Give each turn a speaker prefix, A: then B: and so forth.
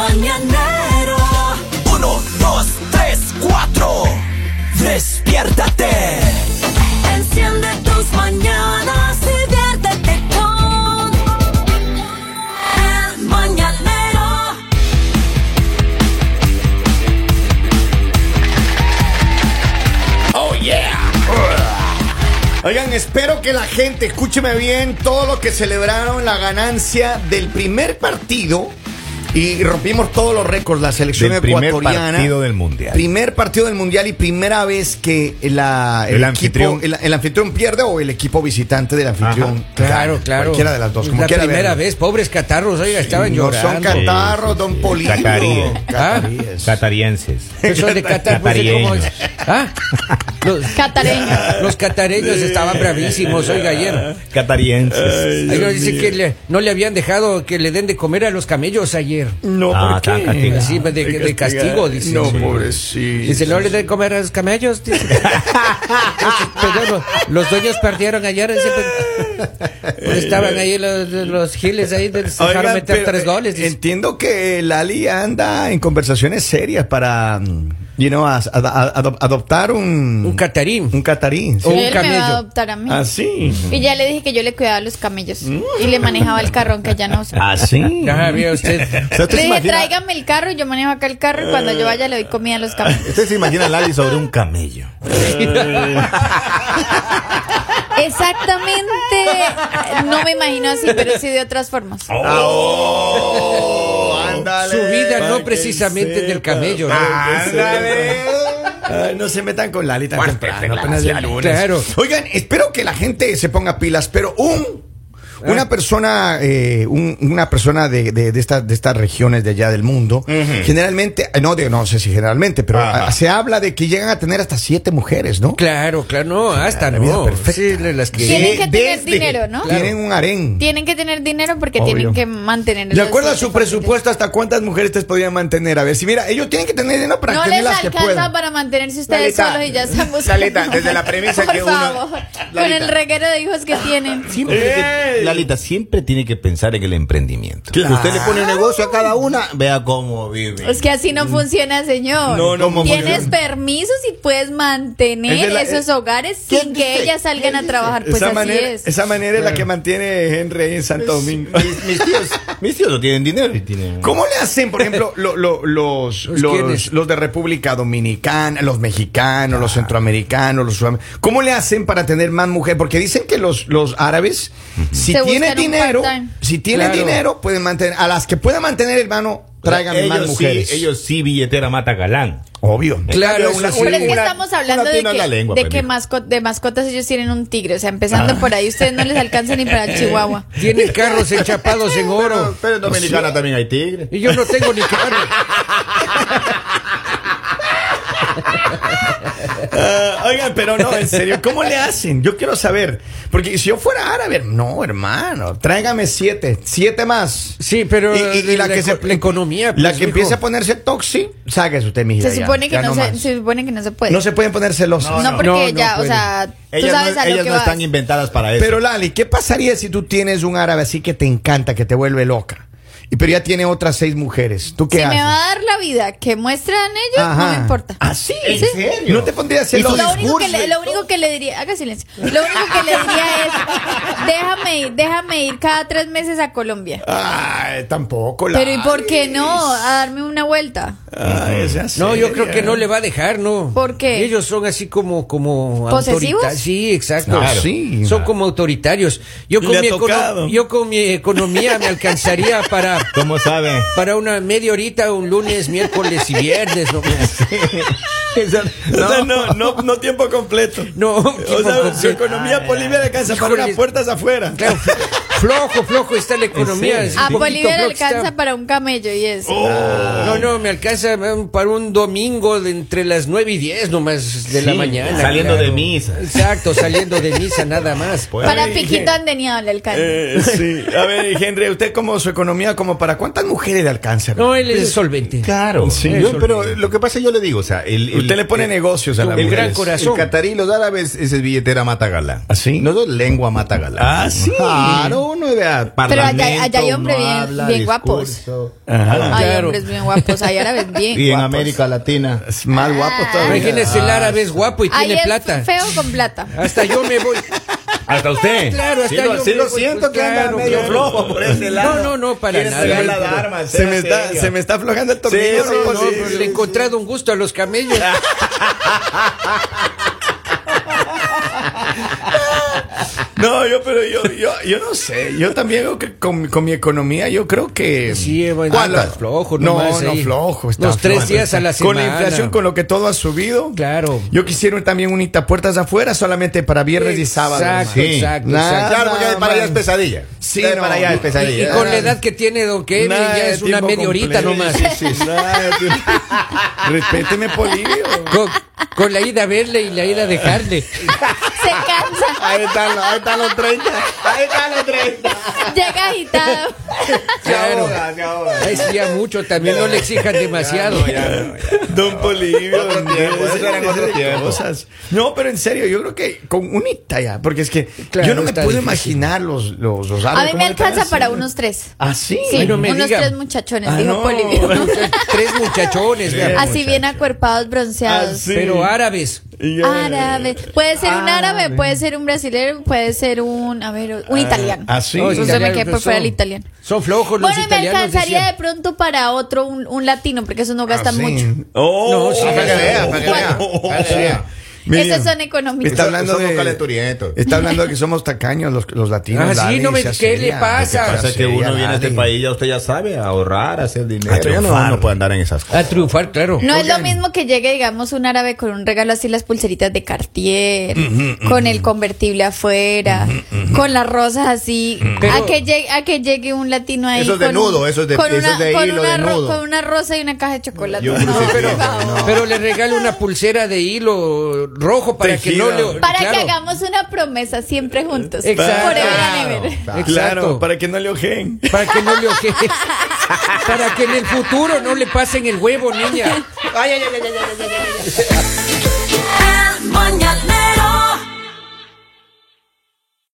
A: mañanero. Uno, dos, tres, cuatro. Despiértate. Enciende tus mañanas y viértete con el mañanero.
B: Oh yeah.
C: Oigan, espero que la gente, escúcheme bien, todos los que celebraron la ganancia del primer partido y rompimos todos los récords, la selección
D: Del primer
C: ecuatoriana.
D: partido del Mundial.
C: Primer partido del mundial y primera vez que la-
D: El
C: equipo-
D: anfitrión.
C: el, el anfitrión pierde o el equipo visitante del anfitrión. gana.
E: Claro, claro.
C: Cualquiera de las dos, como
E: La
C: quiera
E: primera
C: verlo.
E: vez, pobres catarros, oiga, estaban
C: No son
E: llorando.
C: catarros, don Polito.
D: Cacaríes.
C: Cacaríes.
D: Catarienses.
E: Yo soy de Qatar, pues, ¿cómo es?
D: Catariños.
E: ¿Ah? Los,
F: Catareños.
E: los catareños estaban bravísimos, oiga, ayer.
D: Catarienses.
E: Oiga, dice que le- no le habían dejado que le den de comer a los camellos ayer.
C: No,
D: Ah,
C: ¿por qué?
D: está castigado.
E: Sí, de, de castigo, dice.
C: No,
E: Sí.
C: pobrecito.
E: Dice, no le den de comer a los camellos. dice. Pero no, los dueños perdieron ayer. dice, pues, pues, estaban ahí los, los giles ahí, les dejaron
C: Eh. Oigan,
E: meter
C: pero,
E: tres goles.
C: eh,
E: dice.
C: Entiendo que Lali anda en conversaciones serias para, mm, you know, as- ad- ad- ad- adoptar un,
E: Un Oh. catarín.
C: Un catarín.
E: O
C: sí. Ah,
E: un
F: Él me
E: camello.
F: va a adoptar a mí.
C: Así.
F: Y ya le dije que yo le cuidaba los camellos.
C: Mm.
F: Y le manejaba el carro, aunque ya no
C: Ah,
F: usa.
C: Así.
E: Ya vea usted.
C: O sea,
F: Le
C: ¿usted, se
F: dije,
C: imagina,
F: tráigame el carro y yo manejo acá el carro. Y cuando yo vaya, le doy comida a los camellos.
D: Usted se imagina a Lali sobre un camello.
F: Exactamente. No me imagino así, pero sí de otras formas.
C: ¡Oh! ándale,
E: Su vida
C: para
E: no
C: que
E: precisamente
C: sepa. Ah.
E: del camello. ¿no?
C: ¡Ándale! Ay, no se metan con Lali tan temprano, apenas ya lunes.
E: Claro.
C: Oigan, espero que la gente se ponga pilas, pero un
D: Ah.
C: una persona, eh, un- una persona de, de, de estas- de estas regiones de allá del mundo, generalmente, eh, no, de- no sé si generalmente, pero
D: Ajá.
C: ah, se habla de que llegan a tener hasta siete mujeres, ¿no?
E: Claro, claro, no, hasta
C: La vida
E: no.
C: perfecta.
E: Sí, le- las que-
F: Tienen que tener dinero, ¿no?
C: Tienen un harén.
F: Tienen que tener dinero porque
C: Obvio.
F: tienen que mantener
C: ¿De acuerdo a
F: los-
C: su presupuesto hasta cuántas mujeres ustedes podrían mantener? A ver, si mira, ellos tienen que tener dinero para
F: No
C: tener
F: les
C: las que puedan.
F: alcanza para mantenerse ustedes
D: Lalita,
F: solos y ya están buscando.
D: Lalita, desde la premisa
F: Por
D: que uno-
F: favor, con el reguero de hijos que tienen.
D: Siempre, Lalita, siempre tiene que pensar en el emprendimiento.
C: Claro.
D: Usted le pone negocio a cada una, vea cómo vive.
F: Es que así no funciona, señor.
C: No, no, ¿Cómo
F: Tienes
C: funciona?
F: permisos y puedes
C: Es
F: mantener
C: de la-
F: esos hogares sin que ellas salgan a trabajar. Pues
C: esa,
F: así
C: manera,
F: es. Pues,
C: esa manera es la que mantiene Henry en Santo Domingo.
D: Pues, Mis, mis tíos, mis tíos no tienen dinero y tienen.
C: ¿Cómo le hacen, por ejemplo, lo- lo- los,
E: ¿Los
C: los,
E: quiénes?
C: los de República Dominicana, los mexicanos, los centroamericanos, los sudamericanos? ¿Cómo le hacen para tener más mujeres? Porque dicen que los, los árabes, si
F: Se
C: tienen
F: buscan un
C: dinero,
F: part-time.
C: si tienen
E: Claro.
C: dinero, pueden mantener, a las que puedan mantener, hermano, tráiganme
D: ellos
C: más mujeres.
D: Sí, ellos sí, billetera mata galán.
C: Obvio.
E: Claro,
D: Una-
E: eso sí.
F: Pero es que
D: una-
F: estamos hablando
D: una
F: de
D: tuna en la
F: que,
D: lengua,
F: de
D: pues,
F: que
D: mijo.
F: masco- de mascotas ellos tienen un tigre. O sea, empezando por ahí, ustedes no les alcanza ni para el Chihuahua.
E: Tienen carros enchapados en oro.
D: Pero en Dominicana también hay tigres.
E: Y yo no tengo ni carro.
C: Ah, oigan, pero no, en serio, ¿cómo le hacen? Yo quiero saber. Porque si yo fuera árabe, no, hermano, tráigame siete, siete más.
E: Sí, pero
C: Y, y- y la, que se,
E: la economía.
C: la
E: pues,
C: que empiece
E: mijo.
C: a ponerse toxi, sáquese usted, mi
F: Se supone que no, se, se supone que no se puede.
C: No se pueden poner celosos.
F: No, porque
E: no, no
F: ya, o
E: puede.
F: sea, tú
D: Ellas
F: sabes
D: no,
F: a lo
D: ellas
F: que
D: no
F: vas.
D: están inventadas para eso.
C: Pero Lali, ¿qué pasaría si tú tienes un árabe así que te encanta, que te vuelve loca? Y pero ya tiene otras seis mujeres. ¿Tú qué
F: Si me
C: haces?
F: va a dar la vida que muestran ellos, no
C: Ajá.
F: me importa.
C: ¿Ah, sí?
D: ¿En
F: Sí.
D: serio?
C: No te pondrías celoso.
F: lo, único que le, lo único que le diría, haga silencio, lo único que le diría es, déjame ir, déjame ir cada tres meses a Colombia.
C: Ay, tampoco, Lali.
F: Pero ¿y por qué no? A darme una vuelta.
C: Ay, esa
E: No, yo creo
C: seria.
E: que no le va a dejar, ¿no?
F: ¿Por qué?
E: Ellos son así como, como
F: ¿Posesivos?
E: autorita- Sí, exacto.
C: Claro. Sí.
E: Son como autoritarios. Yo con,
D: Le ha
E: mi econo-
D: tocado.
E: yo con mi economía me alcanzaría para,
D: ¿Cómo sabe?
E: para una media horita, un lunes, miércoles y viernes. No,
D: O sea, no, no, no tiempo completo.
E: no
D: O sea, su
E: sí.
B: Ah,
D: economía Bolivia le alcanza para
E: Híjole.
D: unas puertas afuera.
E: Ah, Claro, flojo, flojo está la economía.
D: serio?
E: es un
F: A
E: poquito
F: Bolivia Ah, le
E: flojo está.
F: alcanza para un camello y es.
E: No, no, me alcanza um, para un domingo de entre las 9 y 10 nomás de la
D: Sí,
E: mañana.
D: saliendo de misa.
E: Exacto, saliendo de misa nada más.
D: Pues.
F: para
D: Ay,
F: piquito andeneado le alcanza.
C: Eh, sí. A ver, y Henry, ¿usted cómo su economía, cómo como para cuántas mujeres le alcanza.
E: No, él
C: pues,
E: es solvente.
B: Claro.
C: Sí,
B: Yo-
C: eso
B: pero lo que pasa, yo le digo, o sea, el, el-
C: Usted le pone
B: el-
C: negocios a la
E: el
C: mujer.
E: gran
B: El
E: corazón.
B: catarí, los árabes, es el billetera mata gala.
C: ¿Ah, sí?
B: Nosotros lengua mata gala.
D: Ah, sí.
B: Claro, uno vea.
F: Pero allá-
B: parlamento,
F: allá hay hombres
B: uno
F: bien-
B: habla,
F: bien guapos.
B: discurso.
F: Hay
E: Claro.
F: hombres bien guapos, hay árabes bien.
B: Ah, Y en
F: guapos.
B: América Latina.
C: Es más guapo todavía.
E: Imagínese el árabe es guapo y
F: Ahí
E: tiene
F: es
E: plata.
F: feo con plata.
E: Hasta yo me voy.
B: Hasta usted.
E: Claro, hasta
B: sí lo,
E: yo
B: sí
E: me
B: lo
E: voy,
B: siento
E: pues,
B: que anda
E: claro,
B: medio
E: claro.
B: flojo por ese lado.
E: No, no, no, para
B: Quiere
E: nada.
B: sacar la
E: Pero-
B: alarma,
C: Se me,
B: sea
C: está,
B: serio.
C: se me está aflojando el
B: Sí,
C: tornillo.
B: sí,
E: No,
C: pues,
E: no, pero le he encontrado un gusto a los camellos.
C: No, yo, pero yo, yo, yo no sé. Yo también creo que con, con mi economía, yo creo que.
E: Sí, bueno,
C: ¿Cuántas?
E: está flojo
C: No,
E: nomás
C: no,
E: ahí.
C: flojo. está
E: Los tres
C: flojo.
E: días a la
C: Con la
E: semana.
C: inflación, con lo que todo ha subido.
E: Claro.
C: Yo quisiera también un puertas afuera solamente para viernes y sábado.
E: Exacto,
C: hermano.
E: exacto,
C: Nada
E: exacto.
B: Claro, porque
C: más.
B: para allá es pesadilla.
C: Sí,
B: Pero
C: para allá es
E: Y,
C: pesadilla.
E: y con la edad que tiene Don Kevin,
C: Nada
E: ya
C: de
E: es una
C: tiempo
E: media horita
C: completo.
E: nomás.
C: Sí, sí, sí. Nada de tiempo. Respéteme, Polivio.
E: Con, con la ida a verle y la ida a dejarle.
F: Se cansa,
B: Ahí están, los- ahí están los 30. Ahí están los 30.
F: llega agitado.
E: Claro.
B: ahoga, se ahoga.
E: Ay, sí, ya mucho, también no le exijan demasiado.
C: Don Polivio,
B: Otro
C: don
B: tiempo,
C: Diego,
B: eso
C: ese
B: eran
C: tipo
B: otros
C: de
B: tiempos.
C: cosas. No, pero en serio, yo creo que con un ya, porque es que
E: Claro,
C: yo no me
E: está
C: puedo
E: difícil.
C: imaginar los los, los
F: A mí
C: árboles,
F: me
C: ¿cómo le
F: alcanza
C: parece?
F: para unos tres.
C: ¿Ah, sí?
F: Sí,
E: Ay, no me
F: unos
E: diga.
F: tres muchachones,
C: Ah,
F: dijo
C: no.
F: Polivio.
E: Tres muchachones, vea,
F: Así bien acuerpados, bronceados.
C: sí.
E: pero árabes.
F: Árabe. Puede ser un árabe, puede ser un brasileño, puede ser un, a ver, un italiano.
C: Ah, sí.
E: No,
F: Entonces
E: italianos,
F: me quedé por
E: pues,
F: fuera
E: son-
F: el italiano.
E: Son flojos los
F: Bueno, y me
E: italianos.
F: alcanzaría de
E: decían.
F: pronto para otro, un, un latino, porque esos no gastan
C: Ah, sí.
F: mucho.
D: Oh,
E: No, sí,
D: ah,
B: Para que vea, para que vea.
D: ¿cuál?
B: para que vea.
C: Miriam,
F: Esos son económicos.
C: Está hablando
B: Somos
C: de
B: calenturientos.
C: Está hablando de que somos tacaños los, los latinos.
E: Ah, sí,
C: dale,
E: no me-
C: sea
E: ¿qué le
C: seria,
E: pasa?
C: sea
E: Pasa
B: Pasa que
C: seria,
B: uno viene a este
C: dale.
B: país, ya usted ya sabe, a ahorrar, a hacer dinero.
C: A triunfar.
B: Ya no, no puede andar en esas
E: A
B: cosas.
E: triunfar, claro.
F: No es lo mismo que llegue, digamos, un árabe con un regalo así, las pulseritas de Cartier, con el convertible afuera, con las rosas así,
E: Pero-
F: a, que llegue, a que llegue un latino ahí.
B: Eso es de
F: con-
B: nudo, eso es de-
F: con
B: eso es
F: una-
B: de
F: con
B: hilo,
F: una
B: de
F: ro-
B: nudo.
F: Con una rosa y una caja de chocolate.
B: Y un
F: No, por
B: crucifijo.
F: favor.
B: No.
E: Pero le regalo una pulsera de hilo rojo para que no
C: Tejido.
E: le.
F: Para
E: claro.
F: que hagamos una promesa siempre juntos.
E: Exacto.
F: Forever and ever.
E: Exacto.
C: Claro, para que no le ojen.
E: Para que no le oje. Para que en el futuro no le pasen el huevo, niña.
A: El mañanero.